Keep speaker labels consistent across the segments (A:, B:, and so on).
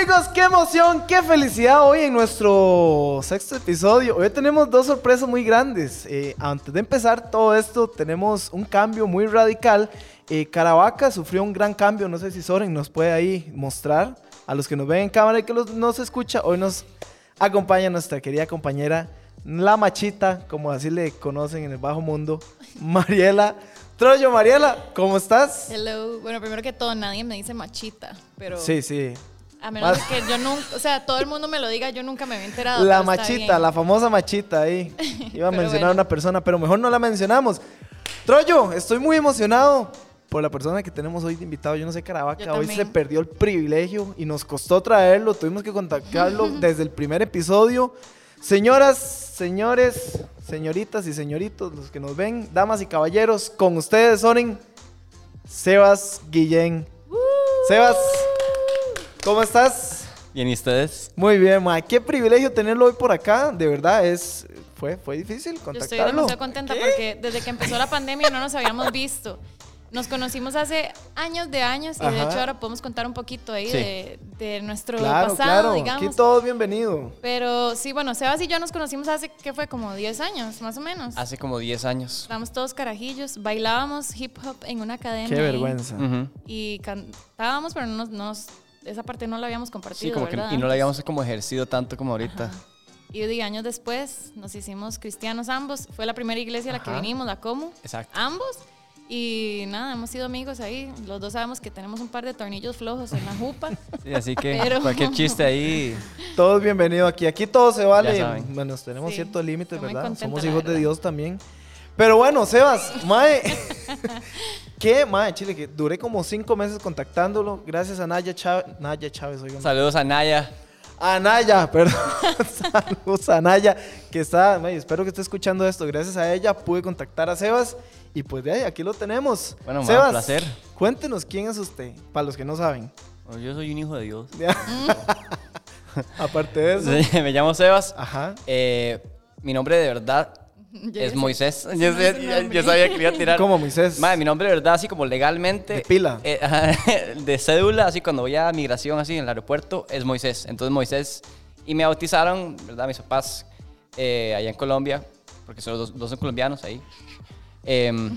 A: Chicos, qué emoción, qué felicidad hoy en nuestro sexto episodio. Hoy tenemos dos sorpresas muy grandes. Eh, antes de empezar todo esto, tenemos un cambio muy radical. Eh, Caravaca sufrió un gran cambio. No sé si Soren nos puede ahí mostrar. A los que nos ven en cámara y que los- nos escucha, hoy nos acompaña nuestra querida compañera, la machita, como así le conocen en el bajo mundo, Mariela Troyo. Mariela, ¿cómo estás?
B: Hello. Bueno, primero que todo, nadie me dice machita, pero
A: Sí, sí.
B: a menos
A: Más-
B: que yo nunca, o sea, todo el mundo me lo diga, yo nunca me había enterado.
A: La
B: pero está
A: machita,
B: bien.
A: la famosa machita ahí. Iba a mencionar
B: Pero
A: a
B: bueno.
A: una persona, pero mejor no la mencionamos. Troyo, estoy muy emocionado por la persona que tenemos hoy de invitado. Yo no sé, Caravaca,
B: Yo
A: hoy
B: también.
A: se perdió el privilegio y nos costó traerlo. Tuvimos que contactarlo desde el primer episodio. Señoras, señores, señoritas y señoritos, los que nos ven, damas y caballeros, con ustedes, Soren, Sebas Guillén. Sebas, ¿cómo estás?
C: Bien, ¿y ustedes?
A: Muy bien, ma. Qué privilegio tenerlo hoy por acá. De verdad, es fue, fue difícil
B: Yo estoy
A: contactarlo.
B: demasiado contenta porque desde que empezó la pandemia no nos habíamos visto. Nos conocimos hace años de años y de
A: Ajá.
B: hecho ahora podemos contar un poquito ahí
C: Sí.
B: de, de nuestro
A: claro,
B: pasado,
A: claro. Aquí
B: digamos.
A: todo bienvenido.
B: Pero sí, bueno, Sebas y yo nos conocimos hace, ¿qué fue? Como 10 años, más o menos.
C: Hace como 10 años.
B: Estábamos todos carajillos, bailábamos hip hop en una academia.
A: Qué
B: ahí.
A: vergüenza.
C: Ujú.
B: y cantábamos, pero no nos, nos- esa parte no la habíamos compartido,
C: Sí, como que
B: ¿verdad?
C: y no lo habíamos como ejercido tanto como ahorita.
B: Y de años después nos hicimos cristianos ambos. Fue la primera iglesia a la que
A: Ajá.
B: vinimos, la Comu.
C: Exacto.
B: Ambos. Y nada, hemos sido amigos ahí. Los dos sabemos que tenemos un par de tornillos flojos en la jupa.
C: Sí, así que
B: Pero-
C: cualquier chiste ahí.
A: Todo es bienvenido aquí. Aquí todo se vale.
C: Ya saben.
A: Bueno, tenemos
B: Sí,
A: ciertos límites,
B: estoy muy
A: ¿verdad?
B: contenta,
A: Somos
B: la
A: hijos de
B: verdad.
A: Dios también. Pero bueno, Sebas, mae. ¿Qué, mae? Chile, que duré como cinco meses contactándolo. Gracias a Naya Chávez. Naya Chávez, oigan.
C: Saludos a Naya.
A: Anaya, perdón. Saludos a Anaya, que está, may, espero que esté escuchando esto. Gracias a ella pude contactar a Sebas y pues de ahí, aquí lo tenemos.
C: Bueno, ma,
A: Sebas,
C: un placer.
A: Cuéntenos quién es usted, para los que no saben.
C: Bueno, Yo soy un hijo de Dios.
A: Aparte de eso.
C: Mm. Sí, Me llamo Sebas.
A: Ajá.
C: Eh, mi nombre de verdad
B: Ya
C: es
B: sé.
C: Moisés.
B: Sí,
C: Yo,
B: no
C: sé-
B: es un
C: yo-
B: nombre.
C: yo sabía que le iba a tirar.
A: Como Moisés.
C: Madre, mi nombre de verdad, así como legalmente.
A: Pues, De pila.
C: eh, ajá, de cédula, así cuando voy a migración, así en el aeropuerto, es Moisés. Entonces Moisés. Y me bautizaron, ¿verdad? Mis papás, eh, allá en Colombia, porque son los dos, dos son colombianos ahí. Em,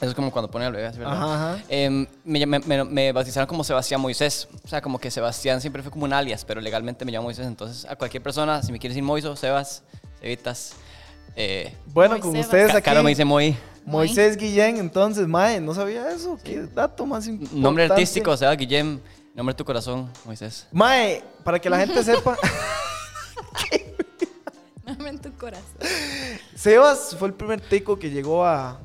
C: eso es como cuando ponen al bebé, así, ¿verdad?
A: Ajá, ajá.
C: Em, me, me- me- me bautizaron como Sebastián Moisés. O sea, como que Sebastián siempre fue como un alias, pero legalmente me llamo Moisés. Entonces, a cualquier persona, si me quieres decir Moiso, Sebas, Sevitas, eh,
A: Bueno,
B: Moisés,
A: con
B: Sebas.
A: ustedes
C: Ca-
A: Pues aquí.
C: Caro me dice Moi.
A: Moisés Guillén, entonces, mae, no sabía eso. Qué dato más importante.
C: Nombre artístico, Sebas Guillem. Nombre de tu corazón, Moisés.
A: Mae, para que la gente sepa.
B: Dame en tu corazón.
A: Sebas fue el primer tico que llegó a.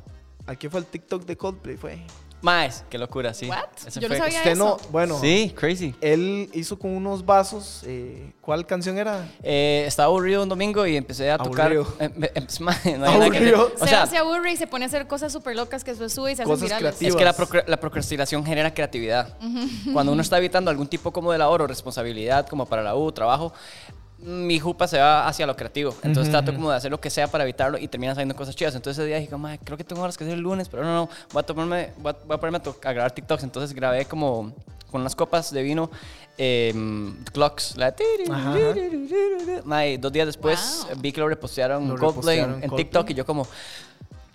A: Aquí fue el TikTok de Coldplay, fue.
C: Maes, qué locura, sí.
B: What?
C: Ese
B: Yo no
C: fue-
B: sabía
A: Usted no,
B: eso.
A: bueno,
C: Sí, crazy.
A: él hizo con unos vasos. eh, ¿Cuál canción era?
C: Eh, estaba aburrido un domingo y empecé a tocar.
A: Aburrido.
C: Em- em- mae, no hay nada que hacer.
A: Aburrido.
C: O sea,
B: Sebas se aburre y se pone a hacer cosas súper locas que después sube y se hacen
A: Cosas
B: virales.
A: creativas.
C: Es que la, procra- la procrastinación genera creatividad. Cuando uno está evitando algún tipo como de labor o responsabilidad, como para la U, trabajo, mi jupa se va hacia lo creativo. Entonces trato como de hacer lo que sea para evitarlo y terminan saliendo cosas chidas. Entonces ese día dije, "Mae, creo que tengo horas que hacer el lunes, pero no, no, voy a, tomarme, voy a, voy a ponerme a, to- a grabar TikToks. Entonces grabé como con unas copas de vino, em, clocks, la... de tiri,
A: Ajá.
C: tiri, tiri, tiri. Mae, dos días después
B: Wow.
C: vi que lo repostearon
A: Lo
C: Coldplay
A: repostearon
C: en, en
A: Coldplay.
C: TikTok y yo como...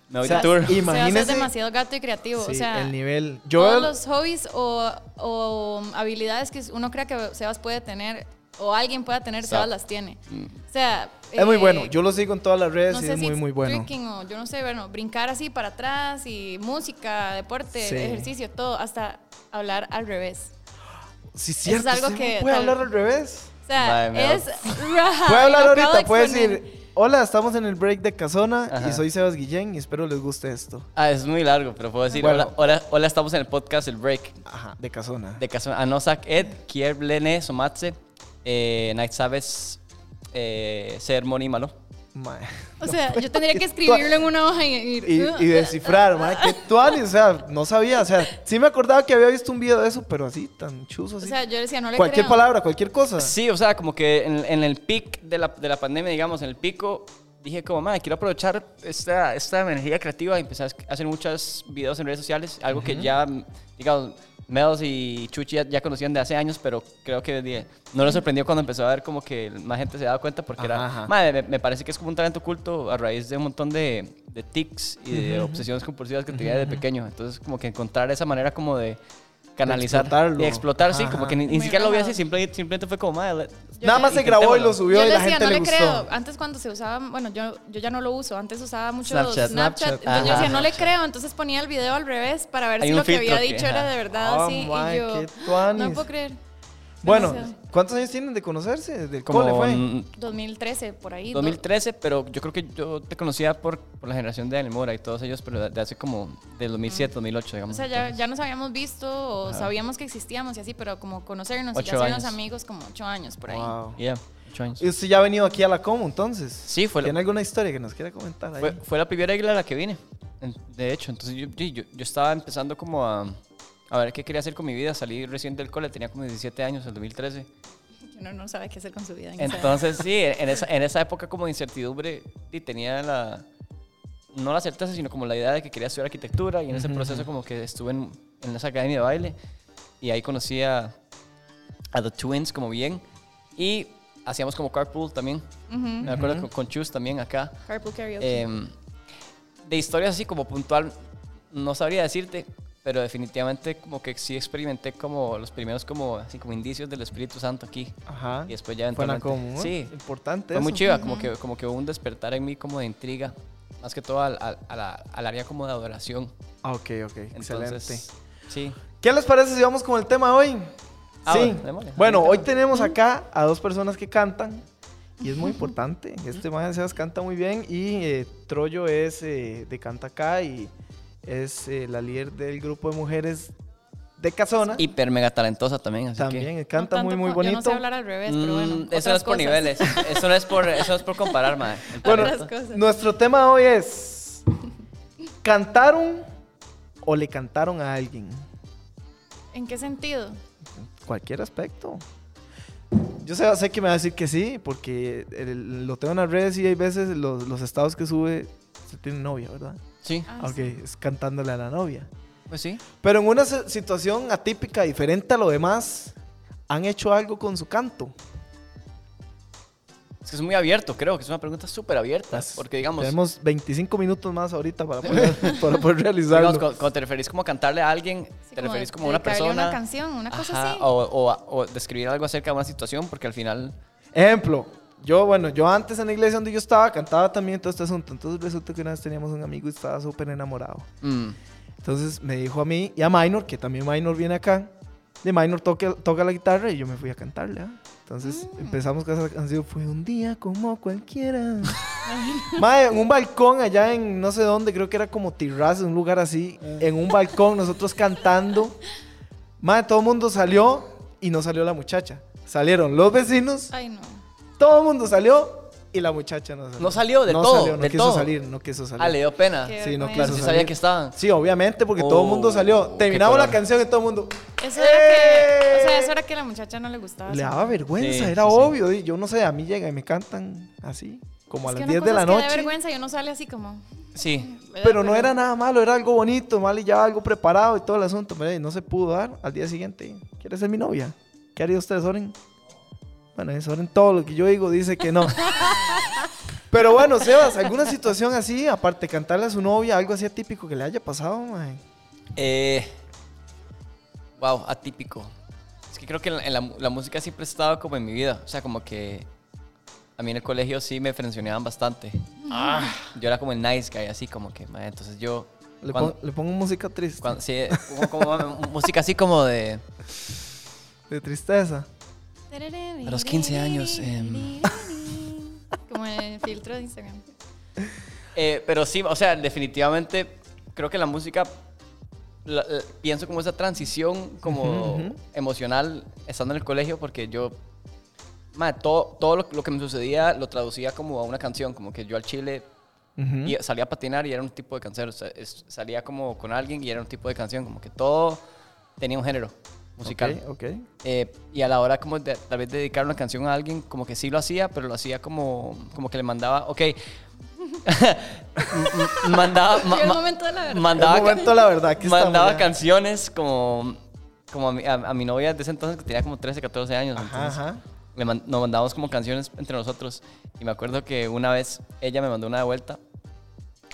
C: Me
A: O
C: voy
A: sea,
C: de tour.
B: Sebas es
A: Imagínese.
B: demasiado gato y creativo. o
A: Sí,
B: sea,
A: el nivel. Yo,
B: todos los hobbies o, o habilidades que uno crea que Sebas puede tener o alguien pueda tener,
C: Exacto.
B: Sebas las tiene.
C: Mm.
B: O sea,
A: es muy
B: eh,
A: bueno. Yo lo sigo en todas las redes
B: no
A: y
B: sé
A: es
B: si
A: muy, muy bueno.
B: trekking o yo no sé, bueno, brincar así para atrás y música, deporte,
A: Sí.
B: ejercicio, todo, hasta hablar al revés.
A: Sí, cierto.
B: algo
A: usted
B: que
A: puede
B: tal-
A: hablar al revés.
B: O sea,
C: Madre mía.
B: es raja.
A: Puede
B: y lo
A: hablar
B: acabo
A: ahorita,
B: de
A: puede
B: exponer.
A: decir. Hola, estamos en el break de Casona y
C: Ajá.
A: soy Sebas Guillén y espero les guste esto.
C: Ah, es muy largo, pero puedo decir,
A: Bueno.
C: hola, hola, hola, estamos en el podcast El Break
A: Ajá, de Casona.
C: de Caso Anosak Ed, Kierblene, Somatse, eh, Night Sabes, eh, Ser Moni Malo.
A: Mae.
B: O sea, yo tendría que escribirlo en una hoja y,
A: Y, y descifrar, mae, que tuani, o sea, no sabía, o sea, sí me acordaba que había visto un video de eso, pero así, tan chuzo,
B: O
A: así.
B: sea, yo decía, no le
A: cualquier
B: creo.
A: palabra, cualquier cosa.
C: Sí, o sea, como que en, en el pic de la, de la pandemia, digamos, en el pico, dije como, madre, quiero aprovechar esta, esta energía creativa y empezar a hacer muchos videos en redes sociales, algo que ya, digamos, Meos y Chuchi ya, ya conocían de hace años, pero creo que di- no les sorprendió cuando empezó a ver como que más gente se daba cuenta porque
A: Ajá,
C: era...
A: ajá.
C: Madre, me, me parece que es como un talento oculto a raíz de un montón de, de tics y de obsesiones compulsivas que tenía desde pequeño. Entonces como que encontrar esa manera como de canalizar
A: explotarlo.
C: y explotar, sí,
A: Ajá,
C: como
A: ajá.
C: que ni, ni
B: Muy
C: siquiera lo vi
B: rajado.
C: así, simplemente, simplemente fue como, madre, Este le-
B: Yo
A: Nada
B: le-
A: más se grabó y lo
C: intentémoslo.
A: subió y
B: yo le
A: la
B: decía,
A: gente
B: no
A: le,
B: le,
A: gustó.
B: creo. Antes cuando se usaba, bueno, yo, yo ya no lo uso. Antes usaba mucho Snapchat.
C: Snapchat.
A: Snapchat,
B: Entonces yo
C: ajá.
B: decía, no le creo. Entonces ponía el video al revés para ver
C: Hay
B: si
C: un
B: lo que había
C: filtro que,
B: dicho era
C: ajá.
B: de verdad.
A: Oh,
B: sí,
A: my,
B: y yo,
A: qué tuanis.
B: no puedo creer.
A: Bueno,
B: Demasiado.
A: ¿cuántos años tienen de conocerse? ¿Desde el
C: como
A: cole fue?
C: mm,
B: 2013, por ahí.
C: 2013, pero yo creo que yo te conocía por, por la generación de Anemora y todos ellos, pero de- de hace como del 2007, 2008,
B: O
C: digamos.
B: sea, ya,
C: Entonces,
B: ya nos habíamos visto o sabíamos que existíamos y así, pero como conocernos y
C: Ocho
B: ya hacernos
C: años.
B: amigos como ocho años por ahí.
A: Wow.
C: yeah, ocho años.
A: ¿Y usted ya ha venido aquí a la Comu entonces?
C: Sí, fue la-
A: ¿Tiene alguna historia que nos quiera comentar ahí?
C: Fue, fue la primera isla a la que vine, en- de hecho. Entonces yo, yo- yo- yo estaba empezando como a, a ver qué quería hacer con mi vida. Salí recién del cole, tenía como 17 años, el 2013.
B: Que uno no sabe qué hacer con su vida. en esa edad.
C: Entonces sí, en esa, en esa época como de incertidumbre y tenía la... No la certeza, sino como la idea de que quería estudiar arquitectura y en ese proceso como que estuve en, en esa academia de baile y ahí conocí a, a The Twins como bien y hacíamos como carpool también.
B: Ujú.
C: Me acuerdo con, con Chus también acá.
B: Carpool
A: eh,
B: karaoke.
C: Em, de historias así como puntual, no sabría decirte, pero definitivamente como que sí experimenté como los primeros como así como indicios del Espíritu Santo aquí.
A: Ajá.
C: Y después ya
A: Fue en la
C: eventualmente-
A: Comu. ¿eh?
C: Sí,
A: Importante
C: fue muy
A: eso.
C: chiva, como que, como que hubo un despertar en mí como de intriga, más que todo al, al- a la- al área como de adoración.
A: Ah, ok, ok.
C: Entonces,
A: Excelente.
C: sí.
A: ¿Qué les parece si vamos con el tema de hoy?
C: Ah,
A: sí.
C: bueno, démosle.
A: Bueno, hoy
C: Démosle.
A: tenemos acá a dos personas que cantan. Y es muy importante. Este man de Sebas canta muy bien. Y eh, Troyo es eh, de Canta Acá y es eh, la líder del grupo de mujeres de Casona.
C: Hiper mega talentosa también, así
A: También
C: que...
A: eh, canta
B: No
A: muy,
B: tanto
A: muy
B: como- Yo no sé
A: bonito.
B: hablar al revés, Pues, pero bueno.
C: Mm,
B: otras
C: eso no es por
B: cosas.
C: niveles, eso no es por, eso no es por comparar, madre. El
A: Bueno,
C: talento.
B: Otras cosas.
A: nuestro tema de hoy es: ¿cantaron o le cantaron a alguien?
B: ¿En qué sentido?
A: Cualquier aspecto. Yo sé, sé que me va a decir que sí, porque el- lo tengo en las redes y hay veces los, los estados que sube se tiene novia, ¿verdad?
C: Sí,
B: Ah,
A: Ok, es cantándole a la novia.
C: pues sí.
A: Pero en una si- situación atípica, diferente a lo demás, han hecho algo con su canto.
C: Es que es muy abierto, creo que es una pregunta súper abierta.
A: Las-
C: Pues, Porque, digamos,
A: Pues, Tenemos 25 minutos más ahorita para poder, para poder realizarlo.
C: digamos, cuando, cuando te referís como a cantarle a alguien,
B: sí,
C: te referís como a una
B: dedicarle
C: persona.
B: una canción, una cosa
C: ajá,
B: así.
C: O, o a- o describir algo acerca de una situación, porque al final.
A: Ejemplo, yo, bueno, yo antes en la iglesia donde yo estaba cantaba también todo este asunto. Entonces resulta que una vez teníamos un amigo y estaba súper enamorado.
C: mm,
A: Entonces me dijo a mí y a Minor, que también Minor viene acá. De Minor toca, toca la guitarra y yo me fui a cantarle. ¿ah? Entonces empezamos con esa canción. Fue un día como cualquiera. Mae, en un balcón allá en no sé dónde, creo que era como Tirraz, un lugar así. En un balcón, nosotros cantando. Mae, todo el mundo salió y no salió la muchacha. Salieron los vecinos,
B: Ay, no.
A: todo el mundo salió y la muchacha no salió.
C: No salió de
A: No
C: todo,
A: salió, no
C: de
A: quiso
C: todo.
A: salir, no quiso salir.
C: ah, le dio pena.
B: Qué
A: Sí, no, claro,
B: vergüenza.
C: Pero sí
A: salió.
C: sabía que estaban.
A: Sí, obviamente, porque todo el mundo
C: Oh,
A: salió.
C: qué
A: Terminamos la
C: color.
A: canción y todo el mundo.
B: Eso era que,
A: ¡Eh!
B: o sea, eso era que a la muchacha no le gustaba.
A: Le
B: Ah, sí.
A: daba vergüenza,
C: Sí,
A: era
C: sí, sí.
A: obvio. di, Yo no sé, a mí llega y me cantan así, como a
B: Es
A: las
B: que
A: 10
B: una
A: de
B: cosa
A: la
B: es que dé
A: noche.
B: vergüenza y uno sale así como...
C: Sí.
B: ¿verdad?
A: Pero no era nada malo, era algo bonito, mal y ya algo preparado y todo el asunto. Pero eh, no se pudo dar al día siguiente. ¿Quiere ser mi novia? ¿Qué haría usted, Soren? Bueno, eh, Soren, todo lo que yo digo dice que no. Pero bueno, Sebas, ¿alguna situación así, aparte de cantarle a su novia, algo así atípico que le haya pasado, mae?
C: Eh, wow, atípico. Es que creo que en la- en la, la música siempre ha estado como en mi vida. O sea, como que a mí en el colegio sí me frencionaban bastante. Yo era como el nice guy, así como que, mae, entonces yo...
A: Le,
C: cuando-
A: pon- le pongo música triste,
C: cuando- sí, como- como música así como de...
A: de tristeza.
B: A
C: los 15 años, em.
B: Como el filtro de Instagram.
C: Eh, pero sí, o sea, definitivamente creo que la música la- la- pienso como esa transición como
A: Ujú, ujú.
C: emocional estando en el colegio porque yo madre, todo, todo lo, lo que me sucedía lo traducía como a una canción, como que yo al chile
A: Ujú.
C: y salía a patinar y era un tipo de canción, o sea, es- salía como con alguien y era un tipo de canción, como que todo tenía un género musical.
A: Ok, ok.
C: Eh, y a la hora como de, tal vez dedicar una canción a alguien, como que sí lo hacía, pero lo hacía como, como que le mandaba, ok. M- m- mandaba, ma-
B: Llegó el
C: ma-
B: momento de la verdad.
A: El
C: mandaba, ca-
A: momento, la verdad, que
C: mandaba canciones como como a mi, a- a mi novia de ese entonces que tenía como 13, 14 años.
A: Ajá,
C: entonces,
A: ajá.
C: le man- nos mandábamos como canciones entre nosotros. Y me acuerdo que una vez ella me mandó una de vuelta,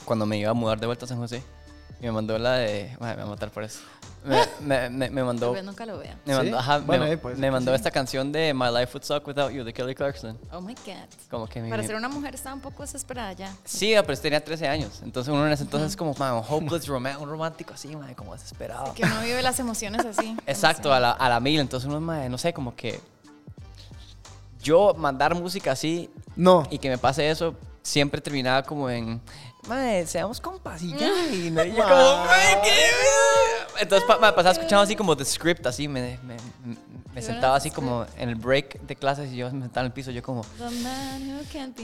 C: cuando me iba a mudar de vuelta a San José, y me mandó la de... Madre, me va a matar por eso. Me, me- me- me mandó...
B: Tal vez nunca lo vea.
C: Me mandó,
A: ¿Sí?
C: ajá,
A: Bueno,
C: me,
A: eh, puede ser
C: me
A: que
C: mandó
A: sí.
C: esta canción de My Life Would Suck Without You de Kelly Clarkson.
B: Oh my God.
C: Como que mi-
B: Para ser una mujer estaba un poco desesperada ya.
C: Sí, ah, pero tenía 13 años. Entonces uno en ese entonces es como, man, un hopeless romance, un romántico así, man, como desesperado.
B: Que no vive las emociones así.
C: Exacto, a la, a la mil. Entonces uno, man, no sé, como que yo mandar música así
A: No.
C: y que me pase eso, siempre terminaba como en, madre, seamos compas y ya. Y no- y yo como, "Mae, ¿qué?". Entonces pa- me pasaba escuchando así como the script, así, me, me- me- me sentaba así como en el break de clases y yo me sentaba en el piso, yo como, "Ah,
B: The man who can't be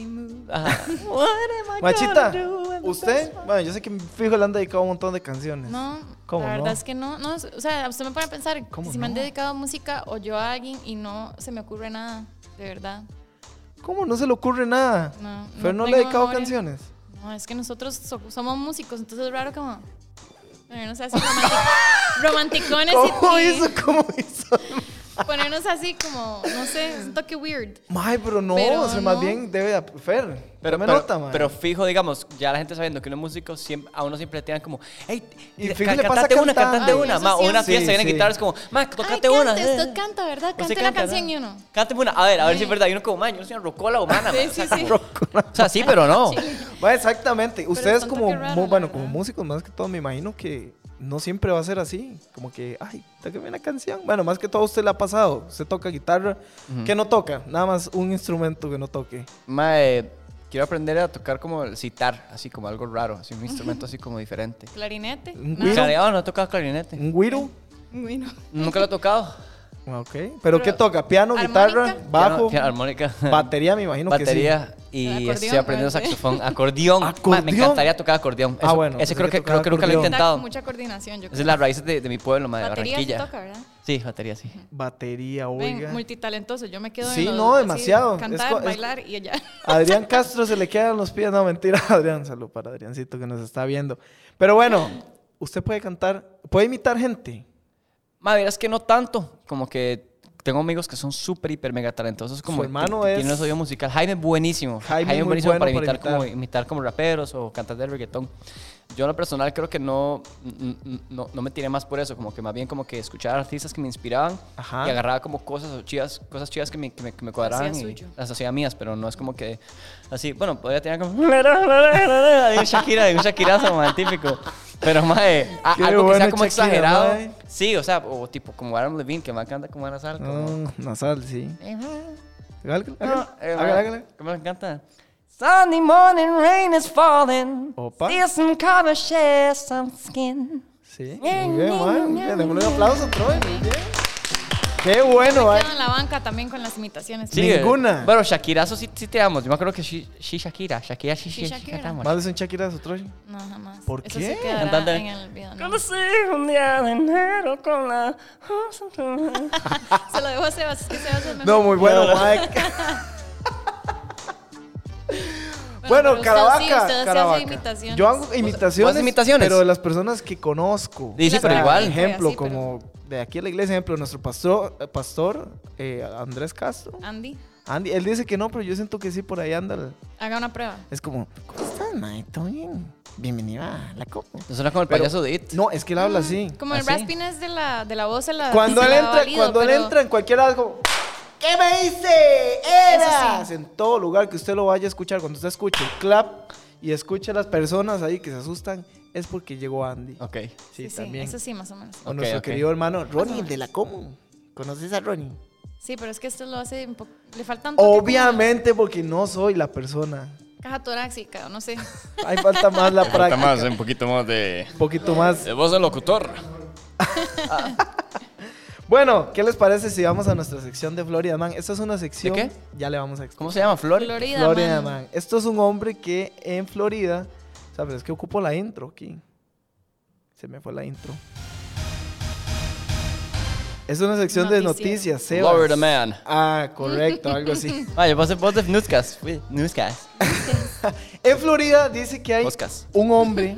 B: moved.
C: ajá.
A: Machita, usted, bueno, yo sé que fijo le han dedicado un montón de canciones.
B: No,
A: ¿Cómo
B: la
A: no?
B: verdad es que no, no. O sea, usted me pone a pensar
A: ¿Cómo
B: si me han
A: no?
B: dedicado música o yo a alguien y no se me ocurre nada, de verdad.
A: ¿Cómo no se le ocurre nada?
B: No,
A: Pero no,
B: no
A: le ha
B: tengo
A: dedicado
B: memoria.
A: canciones.
B: No, es que nosotros so- somos músicos, entonces es raro como. Ponernos así romantic- romanticones y-
A: ¿Cómo
B: y
A: hizo? ¿Cómo hizo?
B: ponernos así como, no sé, es un toque weird.
A: Mae, pero no,
B: Pero
A: o sea, más
B: no.
A: bien debe ap- Fer.
C: Pero,
A: me
C: pero-
A: nota, mae.
C: pero fijo, digamos, ya la gente sabiendo que uno es músico, siempre, a uno siempre le tiran como, hey,
A: Y
C: ca-
A: fijo le pasa
C: cantate una,
A: cantando.
C: cantate
B: Ay,
C: una,
B: eso
C: ma, o
B: sí.
C: una
A: Sí,
C: fiesta, vienen
A: sí.
C: guitarras como, ma, tocate
B: Ay,
C: una.
B: cante,
C: eh".
B: usted canta, ¿verdad?
C: Usted
B: Cante la
C: canta,
B: canción
C: ¿no?
B: y uno.
C: Cánteme una, a ver, a ver
B: Sí.
C: si es verdad, y uno como, man, yo no soy una rocola humana,
B: Sí,
C: man", o
B: sí,
C: sea,
B: sí.
C: como- o sea, sí, pero no.
A: Mae, exactamente. Ustedes
B: son
A: como,
B: toque raro,
A: mu-
B: la
A: bueno, como
B: verdad.
A: músicos más que todo, me imagino que no siempre va a ser así. Como que, ay, toqueme una canción. Bueno, más que todo a usted le ha pasado. Usted toca guitarra. ¿Qué no toca? Nada más un instrumento que no toque.
C: Ma, eh, quiero aprender a tocar como el citar, así como algo raro, así un instrumento así como diferente.
B: Clarinete.
A: Un
B: nada.
C: Clareado, no he tocado clarinete.
A: ¿Un güiro?
B: Bueno.
C: Nunca lo he tocado.
A: Ah, Ok. ¿Pero, qué toca? ¿Piano, guitarra,
B: ¿armónica?
A: bajo?
C: Piano- piano, armónica.
A: Batería, me imagino que sí.
C: batería y
B: Acordeón,
C: estoy aprendiendo
B: parece.
C: saxofón. Acordeón. Ma, me
A: Acordeón.
C: encantaría tocar acordeón.
A: Ah,
C: Eso-
A: bueno,
C: Ese
A: pensé
C: creo
A: que
C: que, creo,
A: tocaba
C: que nunca lo he
A: acordeón.
B: Está con
C: intentado.
B: mucha coordinación, yo
C: Esa es
B: creo.
C: la raíz de, de mi pueblo, ma, de
B: Batería sí
C: Barranquilla.
B: toca, ¿verdad?
C: Sí, batería, sí.
A: Batería, oiga.
B: Ven, multitalentoso, yo me quedo en
A: Sí,
B: los-
A: no,
B: así,
A: demasiado. Es co-
B: cantar,
A: es-
B: bailar y ya.
A: Adrián Castro se le quedan los pies. No, mentira, Adrián. Salud para Adriancito que nos está viendo. Pero bueno, usted puede cantar, puede imitar gente.
C: Ma, verás que no tanto. Como que tengo amigos que son súper, hiper, mega talentosos. Como
A: Su hermano
C: que- que
A: es-
C: Tiene un oído musical. Jaime es buenísimo.
A: Jaime
C: Jaime,
A: muy
C: es buenísimo
A: bueno
C: para,
A: para
C: imitar, Como,
A: imitar.
C: imitar como raperos o cantar de reggaetón. Yo en lo personal creo que no, n- n- no, no me tiré más por eso. Como que más bien como que escuchar artistas que me inspiraban.
A: Ajá.
C: Y agarraba como cosas o chivas, cosas chivas que me, que me, que me cuadraban.
B: Hacía
C: y
B: suyo.
C: las hacía mías, pero no es como que así. Bueno, podría tener como... de un Shakira, de un Shakirazo, man, típico. Pero, mae, a-
A: Qué
C: algo que
A: bueno,
C: sea como
A: Shakira,
C: exagerado.
A: mae.
C: Sí, o sea, o tipo como Adam Levine, que me canta como Ana Sal. Como...
A: No, nasal, sí.
C: Eh, eh,
A: Mm. Hágale,
C: eh,
A: hágale, hágale.
C: ¿Cómo me encanta? Sunny morning, rain is falling.
A: Opa.
C: See some color, share some skin.
A: Sí, muy bien, man. Muy bien, démosle un aplauso, Troy. Muy bien. Qué bueno,
B: Me
A: man.
B: quedo en la banca también con las imitaciones.
A: Sí. Ninguna.
C: eh, bueno, Shakirazo sí, sí te amo. Yo me acuerdo que sí, sí Shakira. Shakira, sí, sí,
B: Sí, Shakira.
C: Shakira. te amo.
A: Más de un chaquirazo, Troy.
B: No, jamás.
A: ¿Por
B: Eso
A: qué?
B: se quedará
C: Cantante.
B: en el video. ¿no?
C: Conocí un día de enero con la...
B: Se lo dejo a Sebas, es que Sebas es
A: No,
B: mejor.
A: muy bueno, Mike. Bueno,
B: pero usted sí,
A: Caravaca,
B: usted sí hace
A: Caravaca.
B: imitaciones.
A: Yo hago imitaciones,
C: imitaciones?
A: pero de las personas que conozco.
C: Sí, sí,
B: Las
C: pero
B: para
C: igual.
B: mí.
A: ejemplo,
B: sí, pero-
A: como de aquí a la iglesia, ejemplo, nuestro pastor, eh, pastor eh, Andrés Castro.
B: Andy,
A: Andy, él dice que no, pero yo siento que sí, por ahí anda. el-
B: haga una prueba.
A: Es como, ¿cómo estás, Mike? ¿Todo bien? Bienvenida a la copa.
C: No suena como el
A: Pero-
C: payaso de It.
A: No, es que él habla así.
B: Mm, Como el
C: ¿Así?
B: raspiness de la, de la voz, se la
A: Cuando
B: se
A: él
B: la
A: entra,
B: valido,
A: cuando él
B: pero
A: entra en cualquier algo, ¿qué me dice? Eras.
B: Eso sí.
A: En todo lugar que usted lo vaya a escuchar, cuando usted escuche el clap y escuche a las personas ahí que se asustan, es porque llegó Andy.
C: Ok.
B: Sí, sí, eso sí, más o menos.
A: O
C: Ok,
A: nuestro
C: ok.
A: querido hermano Ronnie, el de la Comu. ¿Conoces a Ronnie?
B: Sí, pero es que esto lo hace un poco... Le faltan...
A: Obviamente porque no soy la persona.
B: Caja torácica, o no sé.
A: Ahí falta más la práctica.
D: Falta más, un poquito más de,
A: Un poquito más.
D: de voz de locutor.
A: Bueno, ¿qué les parece si vamos a nuestra sección de Florida Man? Esta es una sección.
C: qué?
A: Ya le vamos a explicar.
C: ¿Cómo se llama? Flor.
B: Florida,
A: Florida
B: man.
A: Man. Esto es un hombre que en Florida. O sea, pero es que ocupo la intro aquí. Se me fue la intro. Es una sección de
B: Noticiero.
A: noticias, Sebas.
C: Florida Man.
A: Ah, correcto, algo así.
C: Ah, yo pasé voz de Newscast. Fui Newscast.
A: En Florida dice que hay
C: Podcast.
A: un hombre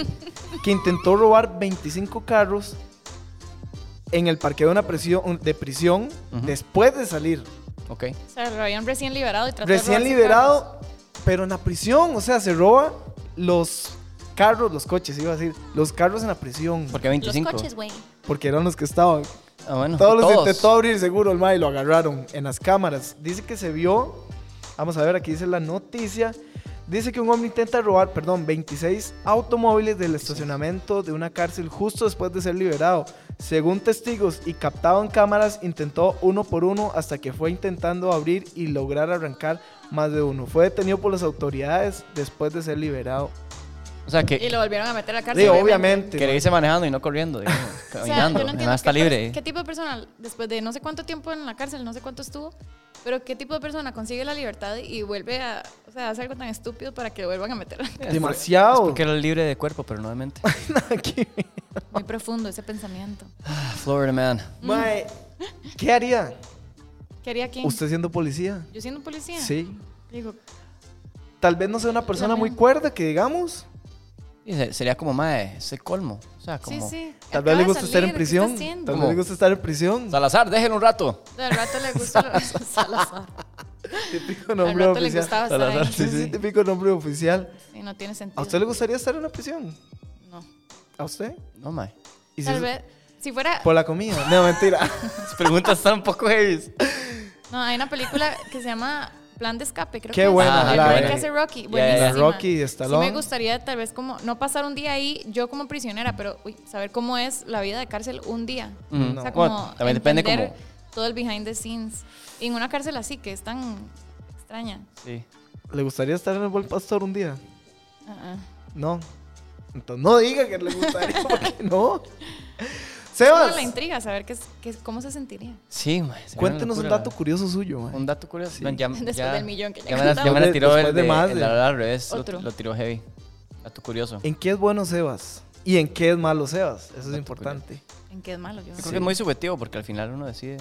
A: que intentó robar 25 carros en el parqueo de una prisión, de prisión
C: Ujú.
A: después de salir.
C: Ok.
B: O sea, lo habían recién liberado y trató de
A: Recién
B: robarse carros.
A: liberado, pero en la prisión. O sea, se roba los carros, los coches, iba a decir. Los carros en la prisión.
C: ¿Por qué
B: Los
C: 25?
B: coches, güey.
A: Porque eran los que estaban.
C: Ah, bueno.
A: Todos los
C: todos.
A: intentó abrir seguro el mae y lo agarraron en las cámaras. Dice que se vio. Vamos a ver, aquí dice la noticia. Dice que un hombre intenta robar, perdón, 26 automóviles del estacionamiento de una cárcel justo después de ser liberado. Según testigos y captado en cámaras, intentó uno por uno hasta que fue intentando abrir y lograr arrancar más de uno. Fue detenido por las autoridades después de ser liberado.
C: O sea,
B: Y
C: que,
B: lo volvieron a meter a la cárcel.
A: Sí, obviamente.
C: que le dice manejando y no corriendo, digamos,
B: O sea,
C: caminando.
B: yo no
C: Nada,
B: entiendo
C: está
B: qué per-
C: libre.
B: ¿Qué tipo de persona, después de no sé cuánto tiempo en la cárcel, no sé cuánto estuvo, pero qué tipo de persona consigue la libertad y vuelve a. O sea, hace algo tan estúpido para que lo vuelvan a meter.
A: Demasiado.
C: Porque era libre de cuerpo, pero no de mente.
A: Aquí.
B: Muy profundo ese pensamiento.
C: Ah, Florida Man.
A: Mae, ¿qué haría
B: ¿Qué haría quién?
A: usted siendo policía?
B: Yo siendo policía.
A: Sí.
B: Digo,
A: tal vez no sea una persona muy cuerda, que digamos.
C: Y se- sería como, mae, ese colmo. O sea, como...
B: sí, sí.
A: Tal vez le
B: acaba
A: gusta
B: de
A: estar en
B: salir, ¿qué está
A: prisión.
B: haciendo?
A: Tal vez
C: ¿Cómo?
A: le gusta estar en prisión.
C: Salazar, déjenlo un rato.
B: Al rato le gusta. lo- Salazar.
A: Típico
B: Al
A: nombre
B: rato le
A: oficial.
B: gustaba estar ahí.
A: Sí, sí, típico nombre oficial.
B: Sí, no tiene sentido.
A: ¿A usted le gustaría estar en una prisión?
B: No.
A: ¿A usted?
C: No, mae.
A: ¿Y si
B: Tal
A: es-
B: vez. Si fuera.
A: Por la comida. No, mentira.
C: Las preguntas están un poco heavy.
B: No, hay una película que se llama Plan de Escape, creo
A: Qué
B: que es.
A: buena,
B: Ah, el
A: la
B: rol
A: buena.
B: que hace Rocky,
C: Ya,
B: buenísima.
C: ya.
A: Rocky y
B: Sí
A: Stallone.
B: me gustaría tal vez como no pasar un día ahí yo como prisionera, pero uy, saber cómo es la vida de cárcel un día.
C: Mm,
B: O
A: no.
B: sea, como
C: Bueno, también depende
B: entender
C: como-
B: todo el behind the scenes. Y en una cárcel así que es tan extraña.
C: Sí.
A: ¿Le gustaría estar en el buen pastor un día?
B: Ah, ah.
A: No. Entonces no diga que le gustaría, porque no.
B: Es como
A: Sebas,
B: la intriga saber qué es- qué es- cómo se sentiría.
C: Sí, mae. sería una
A: cuéntenos un
C: locura.
A: dato curioso suyo, man.
C: Un dato curioso.
A: Sí.
C: Bueno, ya,
B: Después
C: ya-
B: del millón que ya
C: ya me la, ya me la
A: contamos.
C: tiró el
A: Después de
C: de,
A: más
C: el
A: de-
C: al revés. Lo,
B: Otro.
C: lo tiró heavy. Dato curioso.
A: ¿En qué es bueno Sebas? ¿Y en qué es malo Sebas? Eso es importante.
B: En qué es malo yo. no
C: Yo
B: sé.
C: creo que es muy subjetivo porque al final uno decide,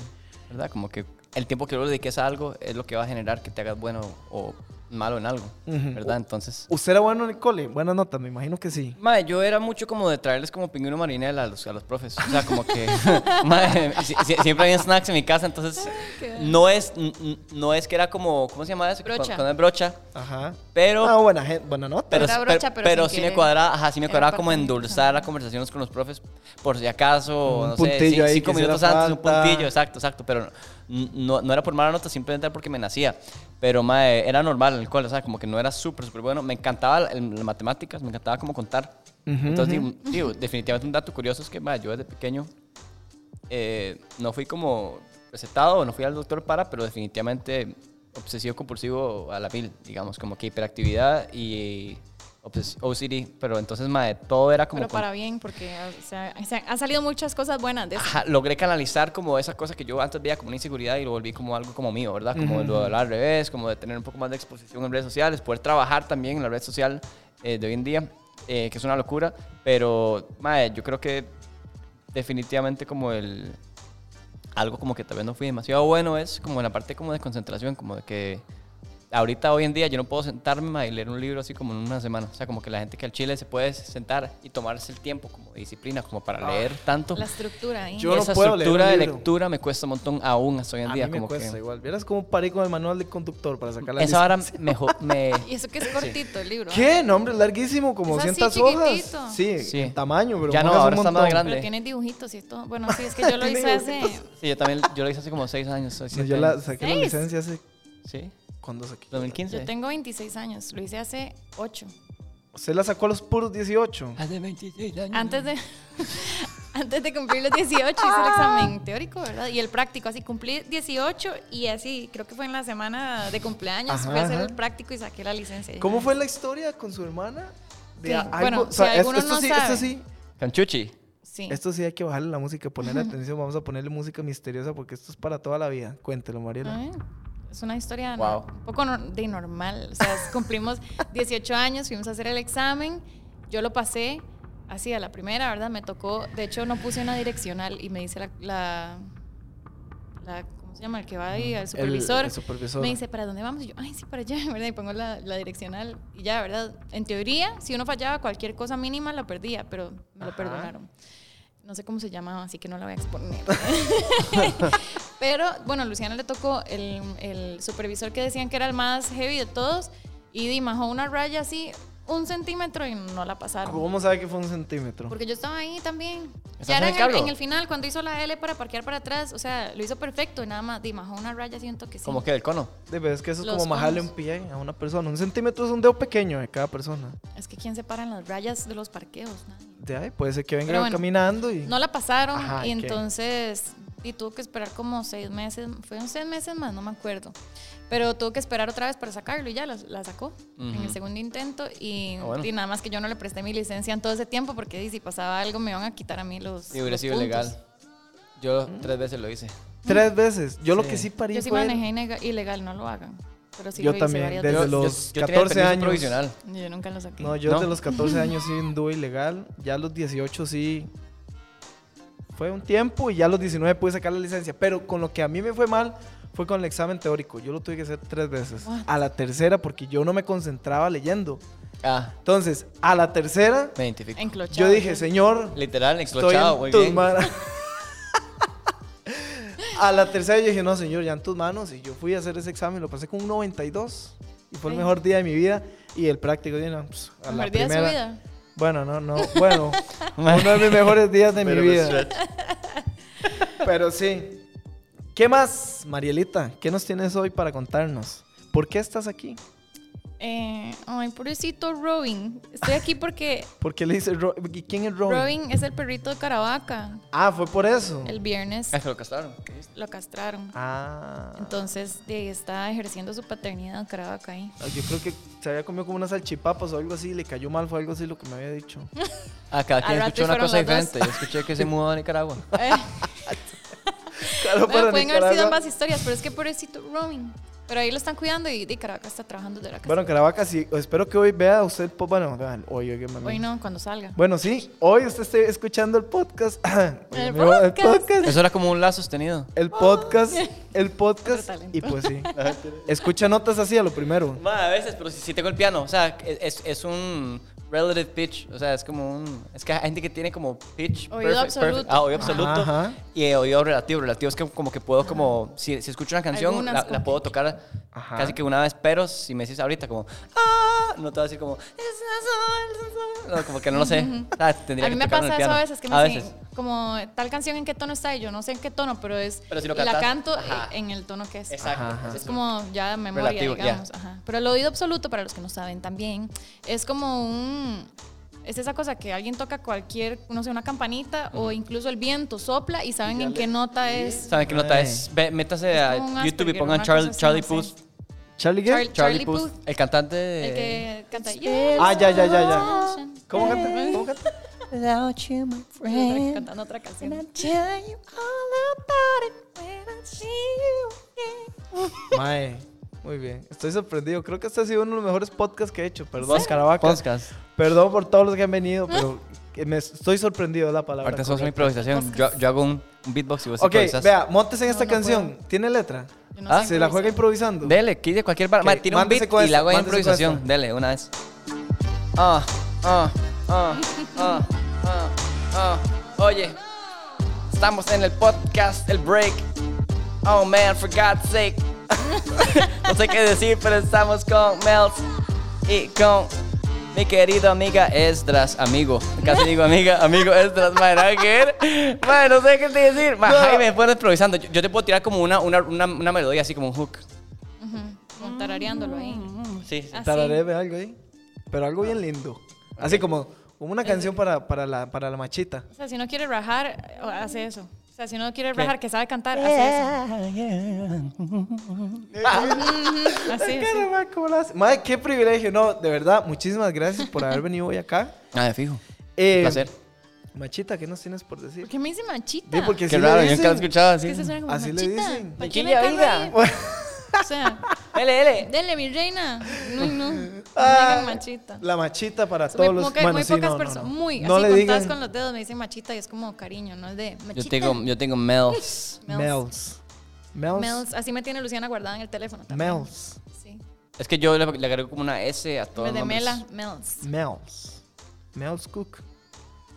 C: ¿verdad? Como que el tiempo que vos dediques a algo es lo que va a generar que te hagas bueno o malo en algo,
A: Ujú.
C: ¿verdad? Entonces...
A: ¿Usted era bueno en el cole? Buena nota, me imagino que sí.
C: Mae, yo era mucho como de traerles como pingüino marinela a los, a los profes. O sea, como que. mae, si- si- siempre había snacks en mi casa, entonces.
B: Qué-
C: No es, n- n- no es que era como. ¿Cómo se llama eso?
B: Brocha.
C: Cuando es brocha.
A: Ajá.
C: Pero.
A: Ah, buena, gen- buena nota.
C: pero,
B: Era
C: pero-
B: brocha, pero
C: pero
B: sin
C: sí
B: que-
C: me cuadraba, ajá, sí me
B: era
C: cuadraba
B: parte
C: como
B: de-
C: endulzar las conversaciones con los profes, por si acaso,
A: Un
C: no sé,
A: puntillo
C: cin-
A: ahí
C: cinco
A: que hiciera
C: minutos antes, un
A: falta.
C: puntillo, exacto, exacto, pero n- no, no era por mala nota, simplemente era porque me nacía, pero mae, era normal en el cole, o sea, como que no era súper, súper bueno, me encantaba la- el- las matemáticas, me encantaba como contar, entonces, digo, digo, definitivamente un dato curioso es que mae, yo desde pequeño eh, no fui como recetado, no fui al doctor para, pero definitivamente obsesivo compulsivo a la mil, digamos, como que hiperactividad y obses- OCD, pero entonces mae, todo era como
B: Pero
C: con-
B: para bien, porque o sea, o sea, han salido muchas cosas buenas de eso.
C: Ajá, logré canalizar como esa cosa que yo antes veía como una inseguridad y lo volví como algo como mío, ¿verdad? Como lo de hablar al revés, como de tener un poco más de exposición en redes sociales, poder trabajar también en la red social eh, de hoy en día, eh, que es una locura, pero mae, yo creo que definitivamente como el... Algo como que tal vez no fui demasiado bueno es como en la parte como de concentración, como de que ahorita hoy en día yo no puedo sentarme mae, y leer un libro así como en una semana. O sea, como que la gente que al chile se puede sentar y tomarse el tiempo como disciplina, como para leer tanto.
B: La estructura ahí.
A: Yo no
C: Esa
A: puedo leer un
C: estructura de
A: libro.
C: lectura me cuesta un montón aún hasta hoy en
A: a
C: día.
A: mí me
C: como
A: cuesta
C: que
A: igual. Vieras como paré con el manual de conductor para sacar la
C: esa vara
A: licencia.
C: mejor me...
B: Y eso que es cortito el libro. ¿eh?
A: ¿Qué? No, hombre, es larguísimo, como
B: Es así,
A: 200 hojas.
B: chiquitito.
A: Sí,
C: Sí.
A: en tamaño, pero
C: Ya no,
A: mojas un
C: ahora está más
A: montón.
C: grande.
B: Pero tiene dibujitos y esto. Bueno, sí, es que yo lo
A: Tiene
B: hice hace.
C: Sí, yo también, yo lo hice hace como seis años. o
A: No,
C: siete
A: yo la,
C: años.
A: saqué la
B: ¿Seis?
A: licencia hace...
C: Sí,
A: ¿Cuándo saqué?
C: 2015.
B: Yo tengo 26 años, lo hice hace 8.
A: Usted la sacó a los puros 18.
C: Hace 26 años.
B: Antes de, antes de cumplir los 18 hice el examen teórico, ¿verdad? Y el práctico, así cumplí 18 y así, creo que fue en la semana de cumpleaños,
A: Ajá,
B: fui a hacer
A: ajá.
B: el práctico y saqué la licencia.
A: ¿Cómo fue la historia con su hermana? De
B: Sí,
A: algo-
B: bueno,
A: o sea,
B: si
A: es-
B: alguno
A: esto
B: no
A: sí,
B: sabe.
A: esto sí,
C: Canchuchi.
B: Sí.
A: esto sí hay que bajarle la música, ponerle atención, vamos a ponerle música misteriosa porque esto es para toda la vida. Cuéntelo, Mariela.
B: Ay, Es una historia
C: Wow.
B: no- un poco nor- de normal. O sea, es- cumplimos 18 años, fuimos a hacer el examen, yo lo pasé así a la primera, ¿verdad? Me tocó, de hecho no puse una direccional y me dice la, la, la- ¿cómo se llama? El que va ahí, el supervisor.
A: El, supervisor.
B: Me dice, ¿para dónde vamos? Y yo, ay, sí, para allá, ¿verdad? Y pongo la, la direccional y ya, ¿verdad? En teoría, si uno fallaba cualquier cosa mínima, la perdía, pero me lo
A: Ajá.
B: perdonaron. no sé cómo se llamaba, así que no la voy a exponer. Pero bueno, a Luciana le tocó el, el supervisor que decían que era el más heavy de todos y di, majó una raya así un centímetro y no la pasaron.
A: ¿Cómo sabe que fue un centímetro?
B: Porque yo estaba ahí también.
C: ¿Estás
B: Ya era
C: en el
B: en el,
C: cargo?
B: en el final, cuando hizo la L para parquear para atrás, o sea, lo hizo perfecto y nada más, di, majó una raya, siento que sí.
C: Como que del cono.
A: Sí, pero es que eso es
B: Los
A: como majarle un
B: conos.
A: pie a una persona. Un centímetro es un dedo pequeño de cada persona.
B: Es que quién se para en las rayas de los parqueos, Nadie.
A: De ahí, puede ser que venga
B: Pero bueno,
A: caminando y.
B: No la pasaron
A: Ajá,
B: y
A: ¿y qué?
B: entonces y tuvo que esperar como seis meses, fueron seis meses más, no me acuerdo. Pero tuvo que esperar otra vez para sacarlo y ya la, la sacó en el
C: Ujú.
B: segundo intento y,
C: Ah, bueno.
B: y nada más que yo no le presté mi licencia en todo ese tiempo porque di, si pasaba algo me iban a quitar a mí los
C: Y hubiera
B: los
C: sido
B: puntos. Mm.
C: ilegal. Yo tres veces lo hice.
A: Tres veces. Yo lo
C: Sí.
A: que sí parí
B: Yo sí
A: fue.
B: manejé nega- ilegal, no lo hagan. Pero sí
A: Yo
B: lo hice
A: también,
B: varias
A: desde
C: Yo-
B: veces.
C: yo-
A: los
C: yo tenía el
A: 14
C: permiso
A: años.
C: provisional.
B: Yo nunca lo saqué.
A: No, yo
C: No.
A: desde los 14 años sí anduve ilegal. Ya a los 18 sí. Fue un tiempo y ya a los 19 pude sacar la licencia. Pero con lo que a mí me fue mal fue con el examen teórico. Yo lo tuve que hacer tres veces.
B: What?
A: A la tercera porque yo no me concentraba leyendo.
C: Ah,
A: Entonces, a la tercera,
C: me identifico.
B: Enclochado,
A: yo dije, señor,
C: Literal,
A: estoy
C: explochado,
A: en
C: muy
A: tus
C: bien.
A: manos. a la tercera yo dije, no, señor, ya en tus manos. Y yo fui a hacer ese examen, lo pasé con un 92. Y fue el
B: Ay.
A: mejor día de mi vida. Y el práctico, dije, no, pues, a la
B: Mejor día de su
A: primera.
B: vida.
A: Bueno, no, no. Bueno, uno de mis mejores días de mi
D: Pero
A: vida. Pero sí. ¿Qué más, Marielita? ¿Qué nos tienes hoy para contarnos? ¿Por qué estás aquí?
B: Eh, ay, pobrecito Robin. Estoy aquí porque
A: ¿Por qué le dices Ro- ¿Y ¿Quién es Robin?
B: Robin es el perrito de Caravaca.
A: Ah, fue por eso.
B: El viernes
C: Es que Ah, lo castraron.
B: lo castraron.
A: Ah.
B: Entonces de ahí está ejerciendo su paternidad Caravaca ahí.
A: Ah, Yo creo que se había comido como unas salchipapas o algo así, le cayó mal, fue algo así lo que me había dicho.
C: Ah, cada quien
B: Al rato
C: escuchó una
B: fueron
C: cosa
B: las dos.
C: diferente. Yo escuché que se mudó a Nicaragua.
B: Eh,
A: Claro,
B: bueno,
A: para
B: pueden haber sido
A: Nicaragua.
B: ambas historias, pero es que pobrecito Robin. Pero ahí lo están cuidando y, y Caravaca está trabajando de la casa.
A: Bueno, Caravaca, sí, espero que hoy vea usted, po- bueno, vean, hoy, oiga, mami.
B: Hoy no, cuando salga.
A: Bueno, sí, hoy usted esté escuchando el podcast. Oye,
B: El
A: amigo, el
B: podcast.
A: podcast.
C: Eso era como un lazo sostenido.
A: El podcast, el podcast.
B: Otro talento.
A: Y pues sí. Escucha notas así a lo primero.
C: Ma, a veces, pero si, si tengo el piano, o sea, es, es un relative pitch, o sea, es como un... Es que hay gente que tiene como pitch...
B: Oído absoluto.
C: Ah, oído absoluto.
A: Ajá.
C: Y eh, oído relativo. Relativo es que como que puedo como... Si, si escucho una canción,
B: Algunas
C: la,
B: como
C: la puedo
B: que-
C: tocar
A: Ajá.
C: casi que una vez, pero si me decís ahorita como... Ah, no te voy a decir como... "Es la sol, es la sol". No, como que no lo sé. O sea, tendría
B: a mí
C: que
B: me
C: tocarlo en
B: pasa eso
C: el
B: a
C: piano.
B: veces que me
C: A
B: dicen,
C: veces.
B: como tal canción en qué tono está y yo no sé en qué tono, pero es
C: Pero si lo
B: y la
C: cantas,
B: canto eh,
C: ajá.
B: en el tono que es.
C: Exacto.
A: Ajá,
C: Entonces
A: ajá.
B: Es como ya de memoria,
C: Relativo, ya.
B: digamos. ajá. Pero el oído absoluto, para los que no saben también, es como un... Es esa cosa que alguien toca cualquier, no sé, una campanita o incluso el viento sopla y saben en qué nota es.
C: ¿Saben qué nota
A: Ay.
C: es? Ve, métase
B: Es
C: a
B: como un
C: YouTube y
B: Asperger,
C: pongan
B: una
C: Charlie,
B: cosa así,
C: Charlie
B: no sé.
C: Puth.
A: ¿Charlie Gale?
B: Charlie-
C: Charlie Puth,
B: Puth.
C: el cantante de...
B: El que canta...
A: Ah, ya, ya, ya, ya. ¿Cómo canta? ¿Cómo canta?
E: Without you, my
B: Estoy
E: friend,
B: Cantando otra canción.
E: and I tell you all about it when I see you again.
A: Mae. Muy bien. Estoy sorprendido. Creo que este ha sido uno de los mejores podcasts que he hecho. Perdón, Caravaca.
C: Podcast.
A: Perdón por todos los que han venido, pero que me estoy sorprendido es la palabra.
C: Ahorita hacemos una
A: correcta.
C: improvisación. Yo, yo hago un, un beatbox y vos
A: Ok,
C: improvisas.
A: vea, montes en esta
B: no
A: canción. ¿Tiene letra?
B: Yo no
C: Ah,
B: sé
A: ¿Se la juega
B: improvisar.
A: improvisando?
C: Dele, quille cualquier bar.
A: Ok,
C: Ma, tira un
A: mándese
C: beat
A: con
C: y la
A: esa,
C: hago de
A: mándese con
C: improvisación.
A: esa.
C: Dele, una vez. Ah, ah, ah, ah, ah, ah. Oye, estamos en el podcast, el break. Oh man, for God's sake. no sé qué decir, pero estamos con Mels y con mi querido amiga Esdras, amigo. Casi digo amiga, amigo Esdras, madre, que Bueno, no sé qué te decir. Ma,
A: No.
C: Jaime, puedes improvisando. Yo, yo te puedo tirar como una, una, una, una melodía, así como un hook.
B: Ujú, como Tarareándolo ahí.
C: Sí, sí.
B: Ah, sí.
A: Tarareme algo ahí. Pero algo
C: Ah.
A: bien lindo. Así como, como
B: Eh,
A: una canción para, para, la, para la machita.
B: O sea, si no quiere rajar, eh, hace eso. O sea, si no quiere rajar, que sabe cantar, hace
A: Ah.
B: eso. Así, así.
A: Caramba, ¿cómo la hace? Madre, qué privilegio. No, de verdad, muchísimas gracias por haber venido hoy acá.
C: Ah, de fijo.
A: Eh,
C: Un placer.
A: Machita, ¿qué nos tienes por decir?
B: ¿Por qué me dice manchita?
A: Di, porque
C: Qué
A: sí le
C: raro, yo
A: dicen.
C: nunca lo he escuchado
B: Es
C: así.
B: que se suena como
A: Así le
B: machita.
A: dicen.
B: ¿Para qué
C: Chiquilla,
B: me
C: oiga.
B: oiga. O sea,
C: Dele, dele.
B: dele, mi reina. No, no. No
A: Ah,
B: digan machita.
A: La machita para
B: Muy,
A: todos los...
B: poca- muy
A: sí,
B: pocas
A: no, no, no.
B: personas. Muy.
A: No
B: así
A: le
B: contás
A: digan
B: con los dedos me dicen machita y es como cariño, no es de machita.
C: Yo tengo, yo tengo Mels.
B: Mels.
A: Mels. Mels.
B: Mels. Así me tiene Luciana guardada en el teléfono. también.
A: Mels.
B: Sí.
C: Es que yo le, le agrego como una S a todos
B: Me de
C: los nombres.
B: Mela, Mels.
A: Mels. Mels Cook.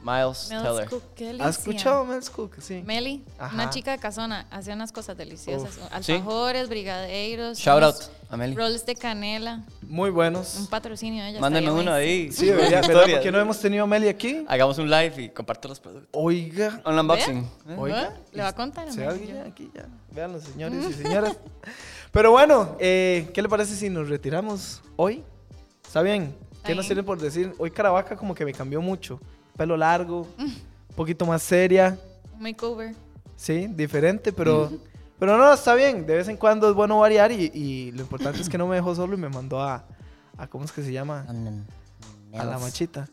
C: Miles
B: Mel
C: Teller.
B: Cook, qué delicia.
A: ¿Has escuchado Mel Cook? Sí.
B: Meli,
A: Ajá.
B: una chica de casona, hacía unas cosas deliciosas.
A: Uf.
B: Alfajores, brigadeiros.
C: Shout out
B: unos
C: a Meli.
B: Rolls de canela,
A: Muy
B: un
A: buenos.
B: patrocinio de ella.
C: Mándenme
B: estaría
C: uno
B: buenísimo.
C: ahí.
A: Sí, debería, ¿verdad?
C: Historias.
A: Porque no hemos tenido a Meli aquí.
C: Hagamos un live y comparto los productos.
A: Oiga.
C: Un unboxing. ¿eh?
A: Oiga.
B: ¿Eh? Le va a contar a
A: ¿Se
B: Meli,
A: alguien
B: yo.
A: ya aquí ya? Vean los señores y señoras. Pero bueno, eh, ¿qué le parece si nos retiramos hoy? ¿Está bien? ¿Qué
B: Está
A: nos
B: bien.
A: tiene por decir? Hoy Caravaca como que me cambió mucho. Pelo largo, un poquito más seria,
B: Un makeover.
A: sí, diferente, pero... Pero no, está bien. De vez en cuando es bueno variar y, y lo importante es que no me dejó solo y me mandó a... a ¿Cómo es que se llama? A la machita.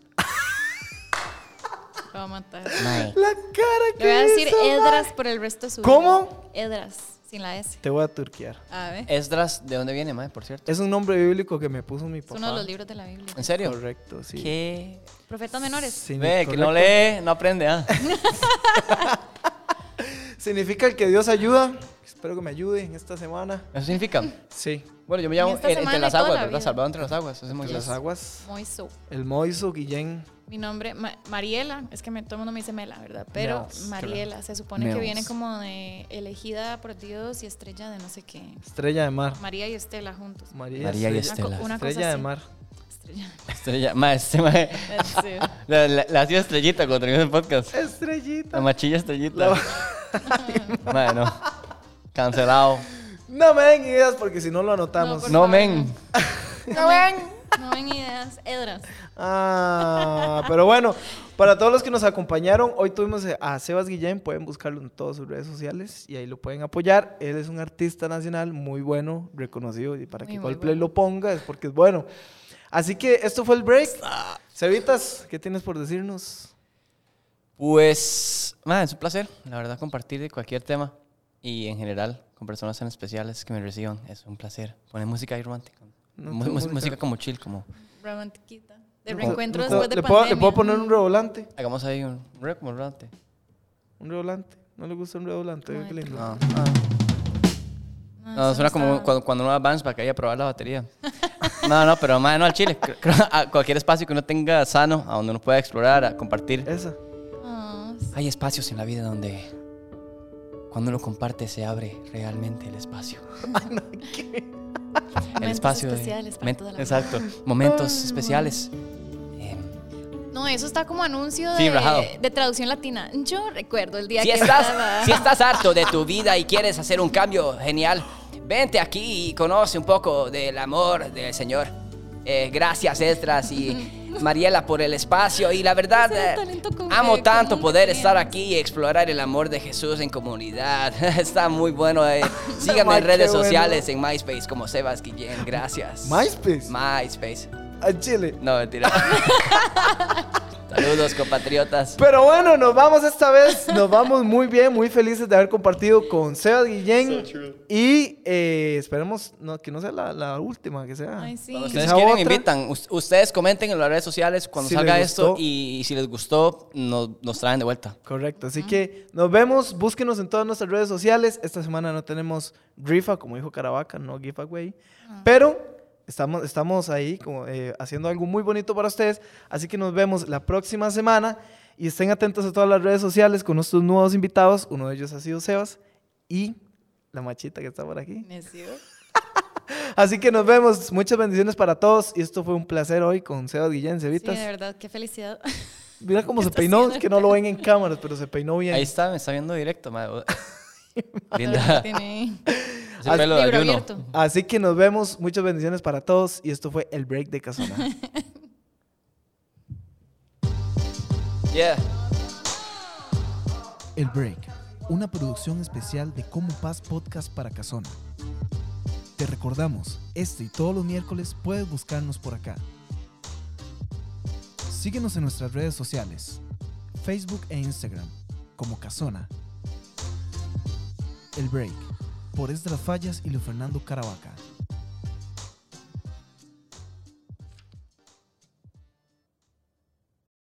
B: Lo va a matar.
C: Eh.
A: La cara que
B: Le voy a decir
A: hizo, ma.
B: Edras por el resto de su vida.
A: ¿Cómo?
B: Edras, sin la S.
A: Te voy a turquear.
B: A ver.
C: Esdras, ¿de dónde viene, mae, por cierto?
A: Es un nombre bíblico que me puso mi
B: Es
A: papá.
B: uno de los libros de la Biblia.
C: ¿En serio?
A: Correcto, sí.
C: ¿Qué?
B: Profetas menores.
A: Signi-
C: Ve, que no
A: correcto.
C: lee, no aprende, ¿ah?
A: Significa el que Dios ayuda. Espero que me ayude en esta semana.
C: ¿Eso significa?
A: Sí.
C: Bueno, yo me llamo
B: En esta
C: en- entre
B: semana y
C: las
B: toda
C: aguas,
B: la
C: ¿verdad?
B: vida.
C: Salvado entre las aguas. Ese es muy
A: Entre las aguas.
B: Moiso.
A: El Moiso Guillén.
B: Mi nombre, Ma- Mariela, es que me, todo el mundo me dice Mela, ¿verdad? Pero
A: Meos, claro.
B: Mariela, se supone que
C: Meos.
B: viene como de elegida por Dios y estrella de no sé qué.
A: Estrella de mar.
B: María y Estela juntos.
A: María,
C: María y
B: Una co- una
C: Estela.
B: cosa
A: Estrella de
B: así.
A: mar.
B: Estrella.
C: Estrella, mae, este mae.
B: Sí.
C: La, la, la hacía estrellita cuando terminó el podcast. La
A: Estrellita.
C: machilla estrellita. Mae, no. Cancelado.
A: No me den ideas porque si no lo anotamos.
B: Por
C: No,
B: favor.
C: men.
B: No ven. No ven ideas. Edras.
A: Ah, pero bueno, para todos los que nos acompañaron, hoy tuvimos a Sebas Guillén, pueden buscarlo en todas sus redes sociales y ahí lo pueden apoyar. Él es un artista nacional muy bueno, reconocido, y para
B: Muy,
A: que
B: muy
A: Coldplay
B: bueno.
A: lo ponga es porque es bueno. Así que esto fue el break. Cebitas, ¿qué tienes por decirnos?
C: Pues, mae, es un placer, la verdad, compartir de cualquier tema y en general con personas tan especiales que me reciban. Es un placer. Poner música ahí romántica.
A: No,
C: Mu-
A: tengo
C: mu-
A: música.
C: música como chill, como.
B: Romantiquita. De
A: No,
B: reencuentro
A: no,
B: después de
A: ¿le puedo,
B: pandemia.
A: ¿Le puedo poner un revolante?
C: Hagamos ahí un re- como rante.
A: ¿Un revolante? ¿No le gusta un revolante? Mira qué
B: Ay,
A: lindo.
C: No,
B: No,
C: no,
B: eso
C: suena como
B: está-
C: cuando, cuando uno va a Vans para que vaya a probar la batería. No, no, pero más no al chile. Creo- creo- a cualquier espacio que uno tenga sano, a donde uno pueda explorar, a compartir.
A: Esa.
B: Ah,
C: Hay espacios en la vida donde cuando uno comparte se abre realmente el espacio. el
B: Momentos
C: espacio de-
B: especiales para
C: men-
B: toda la vida.
C: exacto, momentos especiales. Eh,
B: No, eso está como anuncio
C: Sí, rajado.
B: de, de traducción latina. Yo recuerdo el día
C: si
B: que
C: estás,
B: estaba-
C: si estás harto de tu vida y quieres hacer un cambio genial, vente aquí y conoce un poco del amor del Señor. Eh, gracias, Estras y Mariela, por el espacio. Y la verdad,
B: Ese
C: eh,
B: talento con-
C: amo
B: eh,
C: tanto
B: común que
C: poder estar
B: tienes.
C: aquí y explorar el amor de Jesús en comunidad. Está muy bueno. eh. Síganme
A: Mae,
C: en
A: qué
C: redes
A: bueno.
C: sociales, en MySpace, como Sebas Guillén. Gracias.
A: ¿MySpace?
C: MySpace.
A: A Chile.
C: No, mentira. Saludos, compatriotas.
A: Pero bueno, nos vamos esta vez. Nos vamos muy bien, muy felices de haber compartido con Sebas Guillén. y eh, esperemos no, que no sea la, la última, que sea.
B: Ay, sí.
C: Cuando
A: Que
C: ustedes
A: sea
C: quieren,
A: otra.
C: invitan. Us- Ustedes comenten en las redes sociales cuando
A: Si
C: salga
A: les
C: esto
A: gustó.
C: y, si les gustó, nos, nos traen de vuelta.
A: Correcto, así que nos vemos. Búsquenos en todas nuestras redes sociales. Esta semana no tenemos rifa, como dijo Caravaca, no giveaway.
B: Ah.
A: Pero estamos, estamos ahí como, eh, haciendo algo muy bonito para ustedes. Así que nos vemos la próxima semana. Y estén atentos a todas las redes sociales con nuestros nuevos invitados. Uno de ellos ha sido Sebas y la machita que está por aquí.
B: Necio.
A: Así que nos vemos. Muchas bendiciones para todos. Y esto fue un placer hoy con Sebas Guillén,
B: Sí,
A: Cevitas.
B: de verdad, qué felicidad.
A: Mira cómo se peinó, que no lo ven en cámaras, pero se peinó bien.
C: Ahí está, me está viendo directo, madre. Linda.
B: Tiene
C: Ese pelo de
B: libro
C: ayuno.
B: abierto.
A: Así que nos vemos. Muchas bendiciones para todos. Y esto fue el break de Casona.
C: Yeah.
F: El Break, una producción especial de Como Paz Podcast para Casona. Te recordamos, este y todos los miércoles puedes buscarnos por acá. Síguenos en nuestras redes sociales, Facebook e Instagram, como Casona. El Break, por Esdras Fallas y Luis Fernando Caravaca.